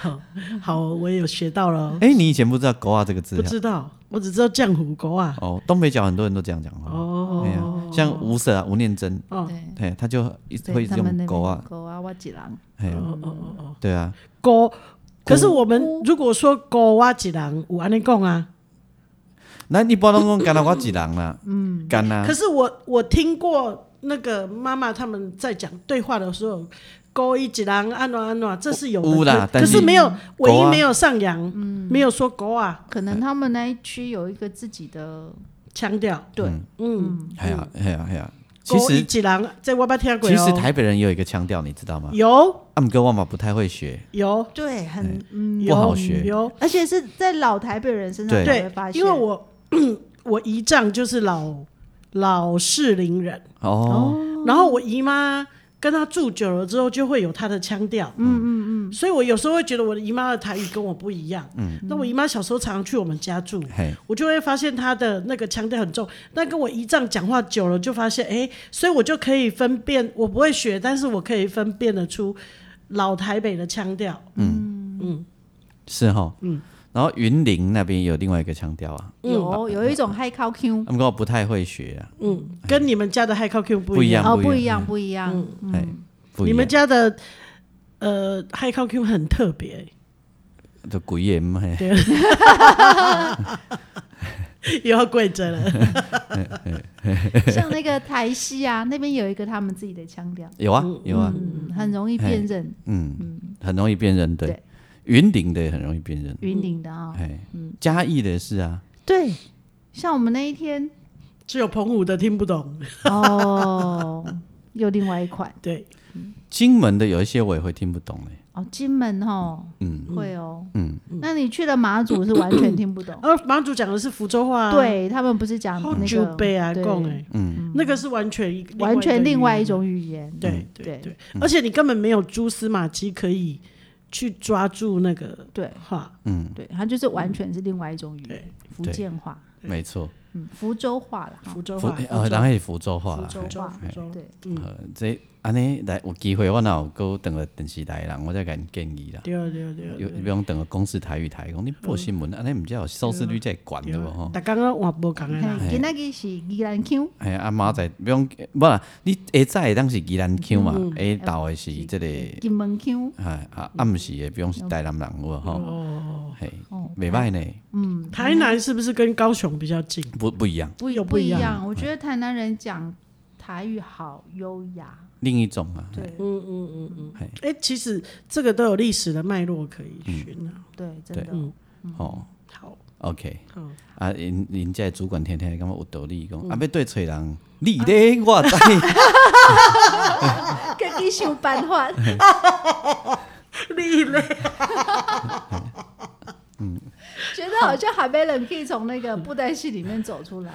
A: 好好，我也有学到了哦，
C: 哎，你以前不知道“狗啊”这个字
A: 不
C: 啊？
A: 知道，我只知道浆糊狗啊。
C: 哦，东北角很多人都这样讲话，
A: 哦
C: 哎呀，像吴舍啊、吴念真，
A: 哦
B: 对
C: 哎，他就一直
B: 对
C: 会
B: 他们那
C: 用
B: 边
C: 狗啊，
B: 狗啊，我几郎，
C: 哎呀，
A: 哦哦哦，
C: 对啊，
A: 狗。可是我们如果说狗啊，几人我安尼讲啊。
C: 咱一般拢讲干那啊我一人啦，嗯，干那
A: 可是我我听过那个妈妈他们在讲对话的时候，勾一几郎安暖安暖，这是有的
C: 有啦
A: 可
C: 但
A: 可
C: 是
A: 是没有尾
C: 狗
A: 音
C: 啊
A: 没有上扬，
B: 嗯
A: 没有说狗啊
B: 可能他们那一区有一个自己的
A: 腔调，
B: 对，
A: 嗯，
C: 哎呀，哎呀，哎呀，其
A: 勾一
C: 实
A: 几郎在我捌听过、哦，
C: 其实台北人也有一个腔调，你知道吗？
A: 有
C: 阿姆哥我嘛啊不太会学，
A: 有
B: 对，很嗯，
C: 不好
A: 有
C: 学
A: 有
B: 而且是在老台北人身上
C: 对
B: 才会
A: 对
B: 发，现，
A: 因为我我姨丈就是老老士林人，
C: 哦，
A: 然后我姨妈跟她住久了之后，就会有她的腔调。嗯嗯嗯。所以我有时候会觉得我的姨妈的台语跟我不一样。嗯。那我姨妈小时候常常去我们家住，
C: 嘿，
A: 我就会发现她的那个腔调很重。但跟我姨丈讲话久了，就发现哎、诶所以我就可以分辨，我不会学，但是我可以分辨得出老台北的腔调。
C: 是哈，嗯，然后云林那边有另外一个腔调啊，
B: 有有一种 high call Q
C: 阿姆哥我不太会学啊，
A: 嗯，跟你们家的 Hi Q Q 不
C: 不一
A: 样。
C: 样
B: 哦，
C: 不
B: 不
C: 一
B: 一
C: 样
B: 样，不一样，
C: 哎，不一
A: 你们
C: 样，
A: 家的呃 Hi Q Q 很特别、
C: 就鬼言嘛，嘿
A: 又要跪着了。
B: 像那个台西啊，那边有一个他们自己的腔调，
C: 有啊有啊，
B: 嗯，很容易辨认
C: 嗯，很容易辨认，对
B: 对，
C: 云林的也很容易辨认，
B: 云林的啊，
C: 哎，嘉义的也是啊，
B: 对，像我们那一 天
A: 只有澎湖的听不懂，
B: 哦，又另外一款
A: 对，，
C: 金门的有一些我也会听不懂嘞，
B: 哦，金门哦，
C: 嗯
B: 会哦，
C: 嗯，
B: 那你去了马祖是完全听不懂
A: 而哦马祖讲的是福州话、啊，，
B: 对他们不是讲
A: 好
B: 那
A: 久
B: 个
A: 背啊，讲
B: 对，嗯
A: 哎，
C: 嗯
A: 那个是完全一
B: 完全另外一
A: 种
B: 种语言，
A: 语言，
C: 嗯
A: 对对
B: 对
A: 对，而且你根本没有蛛丝马迹可以去抓住那个
B: 对
A: 话，
B: 对，它就是
C: 嗯
B: 完全是另外一种语言
A: 对，
B: 福建话，
C: 没错，
B: 嗯，福州话了，哈
A: 福州
C: 福
A: 话，
C: 呃，然后是福州话
A: 福
C: 啦，
A: 州
C: 嘿
A: 话，
B: 嘿
A: 福州
B: 对，
C: 呃，这安尼来有机会我若有搁等个电视台的人，我再给你建议啦。
A: 对啊对啊对啊嗯
C: 有不用等个公司台语台，讲你报新闻，安尼毋知有收视率才会管对
A: 对
C: 无
A: 啊，
C: 吼？
A: 大刚刚啊话无讲的啦，
B: 嘿今仔日是宜兰腔，
C: 哎，啊，明仔载不用，无啦，你下早的当是宜兰腔嘛，
A: 嗯
C: 下昼的是即个，
B: 金门腔，
C: 哎啊，暗时的不用是台南人有无吼？
A: 嗯
C: 嘿，
A: 哦
C: 袂歹
A: 哎
C: 呢，
A: 台南是不是跟高雄比较近？
C: 不不一样，
B: 不
A: 有不
B: 不
A: 一
B: 一
A: 样
B: 样。我觉得台南人讲台语好优雅，
C: 另一种啊，
B: 对
A: 嗯嗯嗯嗯
C: 嘿，
A: 哎，其实这个都有历史的脉络可以
C: 嗯
A: 寻啊。
B: 对，真
C: 对
B: 的。
C: 吼
A: 好，
C: ，OK，
A: 好嗯
C: 啊，因因这主管天天感觉有道理，讲啊，要对找人，你咧，我 知。
B: 自己想办法，
A: 你嘞？
B: 觉得好像还没人可以从那个布袋戏里面走出来。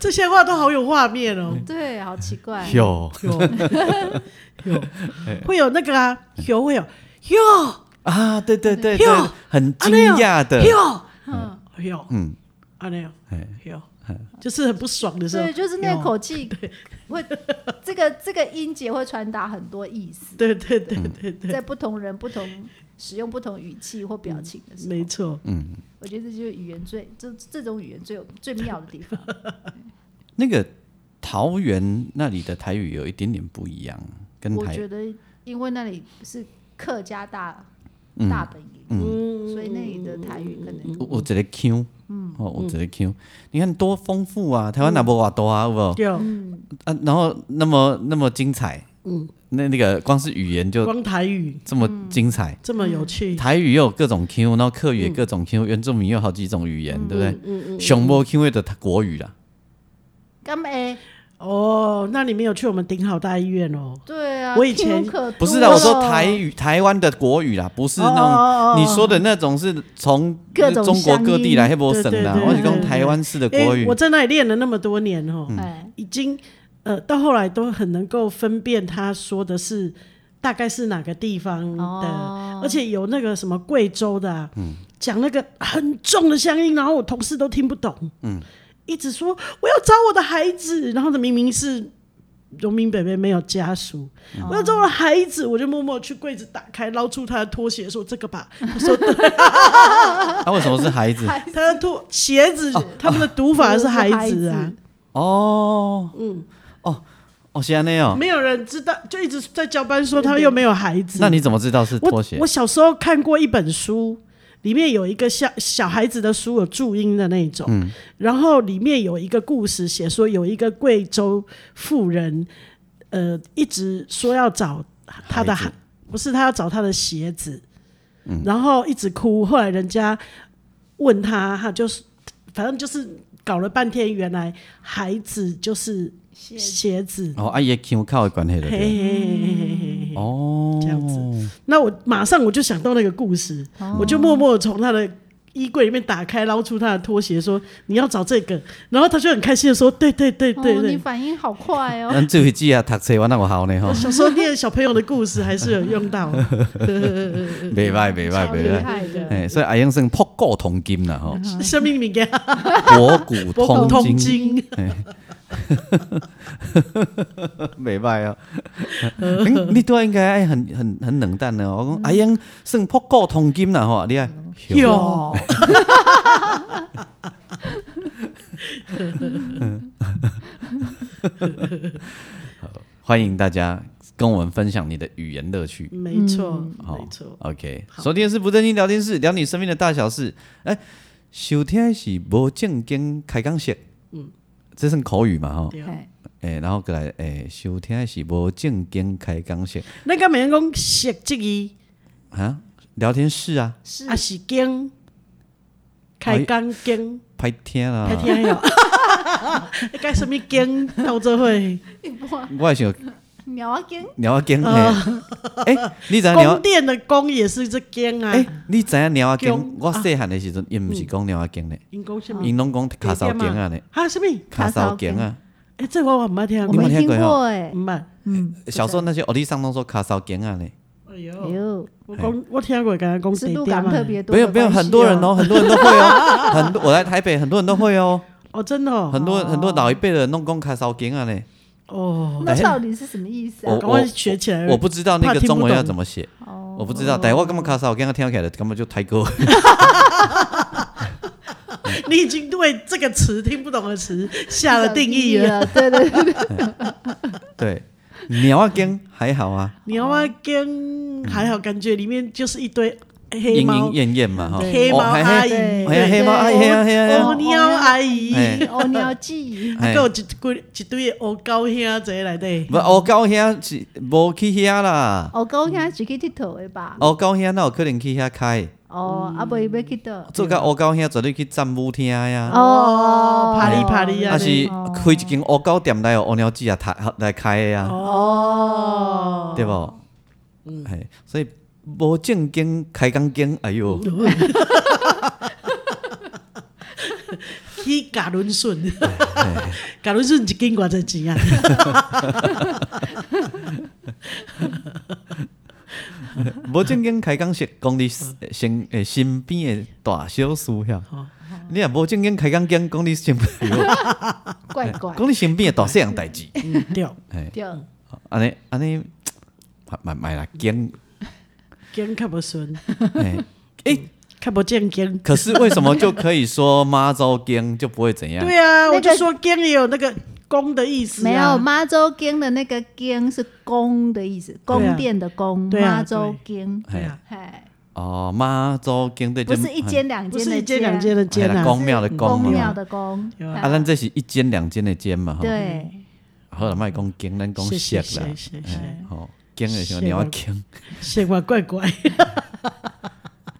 A: 这些话都好有画面哦。
B: 对，好奇怪。
C: 哟，
A: 有有
C: 嗯
A: 会有那个啊，有会有有
C: 啊，对对对对
A: 哟，哦
C: 很惊讶的，
A: 有有
C: 嗯，
A: 啊那有
C: 哎，
A: 有，就是很不爽的时候
B: 对，，就是那个口气会，这个这个音节会传达很多意思，
A: 对对对对对
B: 在不同人、不同使用不同语气或表情的时候，
A: 没错，
C: 嗯
B: 我觉得这就是语言最这这种语言最有最妙的地方。
C: 那个桃园那里的台语有一点点不一样，跟
B: 我
C: 台
B: 觉得，因为那里是客家大、
C: 嗯
B: 大本营，
A: 嗯，
B: 所以那里的台语可能
C: 我我觉得 Q，嗯，哦，我觉得 Q，你看多丰富啊！台湾哪波瓦多啊，有没有
A: 对哦，
C: 啊，然后那么那么精彩，
A: 嗯
C: 嗯，那那个光是语言就
A: 光台语
C: 这么精彩，
A: 这么有趣，
C: 台语又有各种 Q，然后客语也各种 Q，、原住民又有好几种语言，对不对？熊猫 Q 的国语啦，
B: 干哎，
A: 哦，那你没有去我们顶好大医院哦？
B: 对啊，
A: 我以前
B: Q 可多
C: 不是啦，我说
B: 了
C: 台语台湾的国语啦，不是那种。
A: 哦
C: 你说的那种是从
B: 各种
C: 中国各地来黑波省
A: 乡音
C: 啦，
A: 对对对
C: 我是讲
A: 对对
C: 台湾式的
A: 哎
C: 国语
A: 我，在那里练了那么多年哦，
C: 嗯
B: 哎，
A: 已经呃到后来都很能够分辨他说的是大概是哪个地方
C: 嗯
A: 的，
B: 哦
A: 而且有那个什么贵州的、啊，讲那个很重的乡音，然后我同事都听不懂，一直说我要找我的孩子，然后呢明明是。荣民北北没有家属，我要找我的孩子，我就默默去柜子打开，捞出他的拖鞋，说这个吧。我说
C: 他啊为什么是 孩子？
A: 他的拖鞋子，他们的读法是孩子啊。
C: 哦，嗯，哦，哦，是安内哦，
A: 没有人知道，就一直在交班说他又没有孩子。
C: 那你怎么知道是拖
A: 我
C: 鞋
A: 我？小时候看过一本书，里面有一个小小孩子的书，有注音的那种。
C: 嗯
A: 然后里面有一个故事，写说有一个贵州妇人，呃，一直说要找他的
C: 孩子嗯
A: 不是他要找他的鞋子，然后一直哭。后来人家问他，他就是反正就是搞了半天，原来孩子就是
B: 鞋子
A: 鞋子。
C: 哦，阿爷 Q 靠的关系的
A: 嘿
C: 对了，
A: 嘿嘿嘿嘿嘿嘿。
C: 哦，
A: 这样子那我马上我就想到那个故事，我就默默从他的衣柜里面打开，捞出他的拖鞋，说你要找这个，然后他就很开心的说，对对对对
B: 哦，你
A: 对。
B: 反应好快 哦。
C: 咱这回记啊，读册我那么好 呢吼，
A: 小时候念小朋友的故事还是有用到啊的，
C: 袂歹袂歹
B: 超
C: 袂
B: 厉
C: 歹，
B: 害的，
C: 哎，所以阿英算博古通今啦 吼，
A: 生命名言
C: 博古
A: 博
C: 通
A: 通
C: 今，
A: 经，
C: 袂 歹啊。嗯你都应该爱很很很冷淡的
A: 嗯
C: 哦，我讲阿英算博古通今啦吼，你看，啊哦
A: 有
C: 欢迎大家跟我们分享你的语言乐趣。
A: 没错
C: 好
A: 嗯没错，
C: OK，收听的是不正经聊天室，聊你生命的大小事。哎，收听的是无正经开讲式，嗯，这算口语嘛吼？
A: 对
B: 哎，
C: 哎，然后过来，哎，收听的是无正经开讲式
A: 那个美人讲写这个
C: 啊，聊天室啊，
B: 是
A: 啊是经开讲经，
C: 拍天啊
A: 开，天 有，该什么经到这会
C: 我也想
B: 苗啊根，
C: 聊啊经哎，
A: 哦
C: 哎，你知影
A: 宫
C: 聊？
A: 殿的宫也是这经啊，
C: 哎，你知影聊啊经
A: 经？
C: 我细汉的时阵，因毋是讲聊啊经嘞，
A: 因讲什么？
C: 因拢讲卡烧经啊嘞，
A: 啊，什么？
C: 卡烧经啊。
A: 哎、这我我没听
B: 我
A: 过，
C: 没
B: 没
C: 听
B: 听
C: 过
B: 过哎，
A: 唔捌。
B: 嗯，
C: 小时候那些欧弟上都说卡烧经啊嘞，
A: 哎
B: 哎
A: 呦，
B: 呦，
A: 我讲我听过，刚刚讲
B: 是
A: 地
B: 鹿
A: 点啊
B: 港
A: 嘛？
B: 特别多
C: 没
B: 的关系哦，
C: 有没有，很多人哦，很多人都会哦，很多我来台北，很多人都会哦，
A: 哦，真的哦，
C: 很多很多老一辈的人弄公卡烧经啊嘞，
A: 哦，
B: 那到底是什么意思
C: 我
B: 啊？
A: 赶快学起来。
C: 我不知道那
A: 怕
C: 个
A: 听不
C: 中文要
A: 懂
C: 怎么写，
B: 哦，
C: 我不知道，但我干嘛卡烧经啊听起来根本就台歌，
A: 你已经对这个词听不懂的词下了定义 了。
B: 啊了，对对对，
C: 对，鸟啊经还好啊，
A: 鸟啊跟还好，感觉里面就是一堆黑
C: 莺
A: 猫
C: 莺、燕燕嘛哈，
A: 黑猫
C: 哦还
A: 阿
C: 还
A: 姨、
B: 对
C: 还黑猫阿姨，
B: 对
C: 嘿啊嘿啊嘿啊
A: 黑猫哦阿姨，
C: 哎
B: 哦，鸟记，
A: 还
C: 嘿
A: 有一堆一堆的黑高兄坐来的。
C: 不，我高兄是无去遐啦，
B: 哦，高兄只去佚佗的吧？
C: 我高兄哪有可能去遐开？
B: 哦，啊，不，要去佗。
A: 嗯
C: 做
A: 啊
C: 到乌狗兄绝对去占舞厅呀，
A: 哦
B: 哎
A: 啪哩啪哩啊
C: 啊是
B: 哦
C: 开一间乌狗店来有乌鸟子啊，他来开的呀，
A: 哦
B: 哦，
C: 对不？
A: 嗯
C: 嘿，所以无正经开工经，哎呦，
A: 去嘎伦顺，
B: 哎
A: 嘎伦顺一斤偌侪钱啊？
C: 无正经开工是讲你身诶呃身边的大小事呀
A: 哦。
C: 你若无正经开工经，讲 你身边，哎
B: 怪
C: 呦
B: 怪，
C: 讲你身边的大小样代志，
A: 嗯，对。
C: 嘿，
B: 对，
C: 好安尼安尼，买买买啦经，
A: 经较无顺，
C: 哎 哎，
A: 较无正经。
C: 可是为什么就可以说妈糟羹就不会怎样？
A: 对啊，
B: 那个
A: 我就说经也有那个公的意思、啊，
B: 没有妈周经的那个经是宫的意思，宫殿的宫，
A: 啊对啊
B: 妈周经，
A: 对啊，
B: 哎，
C: 哦，妈糟羹对，
B: 不是一间两
A: 不
B: 间
A: 是
B: 的
A: 一间两间的间
C: 哎啦
A: 啊，
C: 公庙的
B: 宫
C: 公
B: 庙
C: 嘛，
B: 的宫，
A: 有啊
C: 啊，咱这是一间两间的间嘛，吼，
B: 对，
C: 好了，卖讲羹，咱讲
A: 谢谢
C: 色啦
A: 谢，谢谢
C: 哎吼，羹的时候你要羹，
A: 谢我乖乖，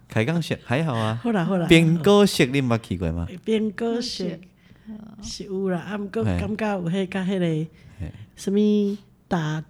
C: 开讲色还好啊，
A: 好啦好啦，
C: 苹果色你捌去过吗？
A: 边哥是是有啦，啊，毋过
C: 嘿
A: 感觉有迄甲迄个
C: 嘿
A: 什物打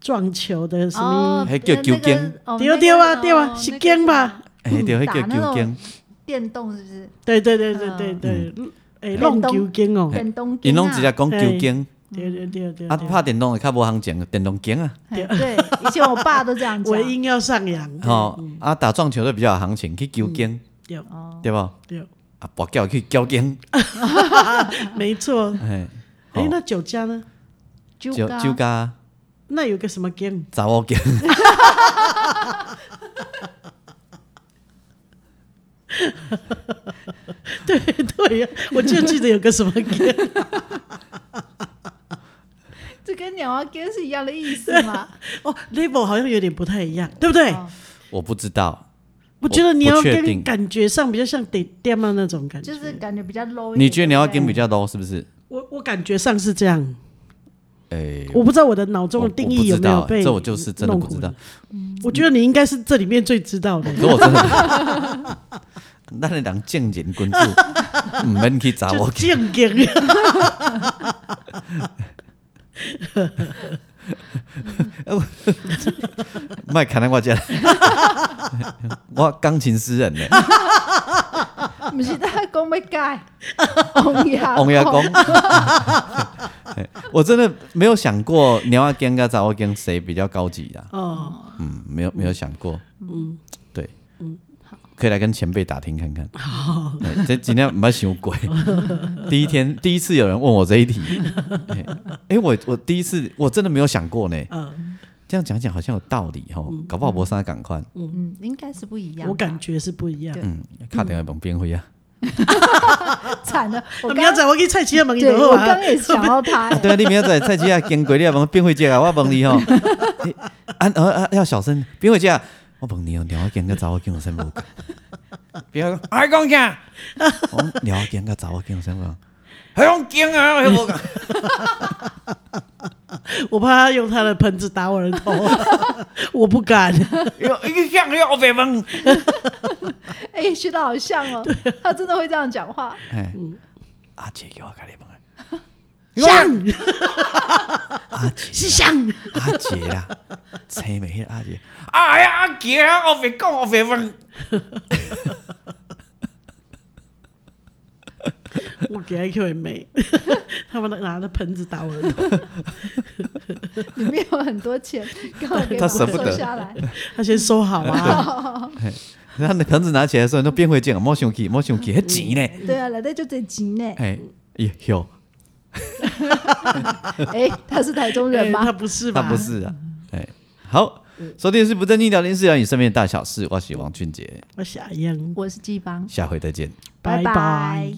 A: 撞球的什
B: 哦
A: 么，
C: 还叫球经
B: 那个
A: 对对啊对啊，
B: 哦
A: 是
B: 那个
A: 经吧？
C: 哎，对，迄
B: 嗯打
C: 叫
B: 那
C: 球
B: 种
C: 羹，
B: 电动是不是？
A: 对对对对对对，诶，弄球经哦，
B: 电动
C: 因
B: 经
C: 拢直接
B: 啊，
C: 讲球
A: 嘿
C: 羹，
A: 对对对对
C: 啊，
A: 对，
C: 拍电动的较无行情，电动羹啊。
B: 哎对，以前我爸都这 样讲
A: 尾，音要上扬，
C: 吼、
B: 嗯
C: 啊，打撞球就比较有行情，去球经、
A: 对
C: 对无啊，
A: 对，
C: 跋筊去 交经，
A: 没错。
C: 哎，
A: 诶，
C: 吼
A: 那酒家呢？
B: 酒
C: 酒
B: 家
C: 酒家
A: 那有个什么 game？
C: 查某经，
A: 对对呀，我就记得有个什 么 game，
B: 这跟鸟啊跟是一样的意思 嘛？
A: 哦，level 好像有点不太一样，对不对？
B: 哦
C: 我不知道，
A: 我觉得你要
C: 不确定
A: 跟感觉上比较像得电嘛那种感觉，
B: 就是感觉比较 low 一点。
C: 你觉得你要
B: 对不
C: 经
B: 对
C: 比较 low 是不是？
A: 我我感觉上是这样，
C: 哎、
A: 我不知道我的脑中
C: 我
A: 的定义有
C: 我不知
A: 没有
C: 道，
A: 被
C: 这我就是真的不知
A: 弄
C: 道
A: 混。。我觉得你应该是这里面最知道的，
C: 可我真的， 咱的人正人 君子，毋嗯免去查某
A: 就正
C: 经。
A: 经。
C: 卖砍到我遮， 我钢琴诗人呢，
B: 不是他讲 要改，王爷啊哦
C: 王爷 公。嘿我真的没有想过鸟阿跟跟查某跟谁比较高级啊。
A: 哦，
C: 嗯，没有没有想过，嗯，对，嗯，可以来跟前辈打听看看。好，这尽量不要想鬼。 第一天第一次有人问我这一题，哎、哎我我第一次我真的没有想过呢。
A: 嗯，
C: 这样讲讲好像有道理哦，搞不好博三赶快，
B: 嗯，应该是不一样吧。
A: 我感觉是不一样。啊
C: 嗯，卡点本边会啊。
B: 惨了，
A: 我
B: 我刚
A: 明仔我给蔡奇的门给
B: 对
A: 好
B: 我
A: 啊
B: 刚，也想 到他，哎
C: 对啊，你明仔载菜鸡啊，经过你啊，问冰慧姐啊，我问你吼， 你啊啊啊，要小声，冰慧姐啊，我问你哦，鸟仔跟个查某跟有啥无共？冰慧讲，还讲啥？我讲鸟仔跟个查某跟有啥无共？还讲惊啊，还无共。
A: 我怕他用他的盆子打我的 头，我不敢。
C: 有一个像要白问。
B: 哎，学的好像哦，
A: 啊
B: 他真的会这样讲话。
C: 哎，
A: 嗯
C: 阿姐给我开你问啊，
A: 像
C: 阿姐
A: 是像，
C: 阿姐啦，青梅阿姐，哎呀阿姐啊，我白讲我白问。
A: 我给 IQ 也没， 他们拿着盆子打我的头。
B: 里面有很多 钱，刚好给
C: 他舍
B: 我
C: 不
B: 收
C: 得
B: 下来。
A: 他先收好啊，
C: 然后那盆子拿起来的时候，你都变回见，莫生气，莫生气，迄钱呢？
A: 嗯
B: 对啊，来的就这集 呢。
C: 哎，哎有，
B: 哎，他是台中人
A: 哎他
B: 吗？
A: 不是
C: 那
A: 吧？嗯
C: 不是啊。哎，好，收听的是不正经聊天室，聊啊你身边的大小事。我是王俊杰，
A: 我想一样，
B: 我是季芳，
C: 下回再见。
A: 拜
B: 拜
A: 拜。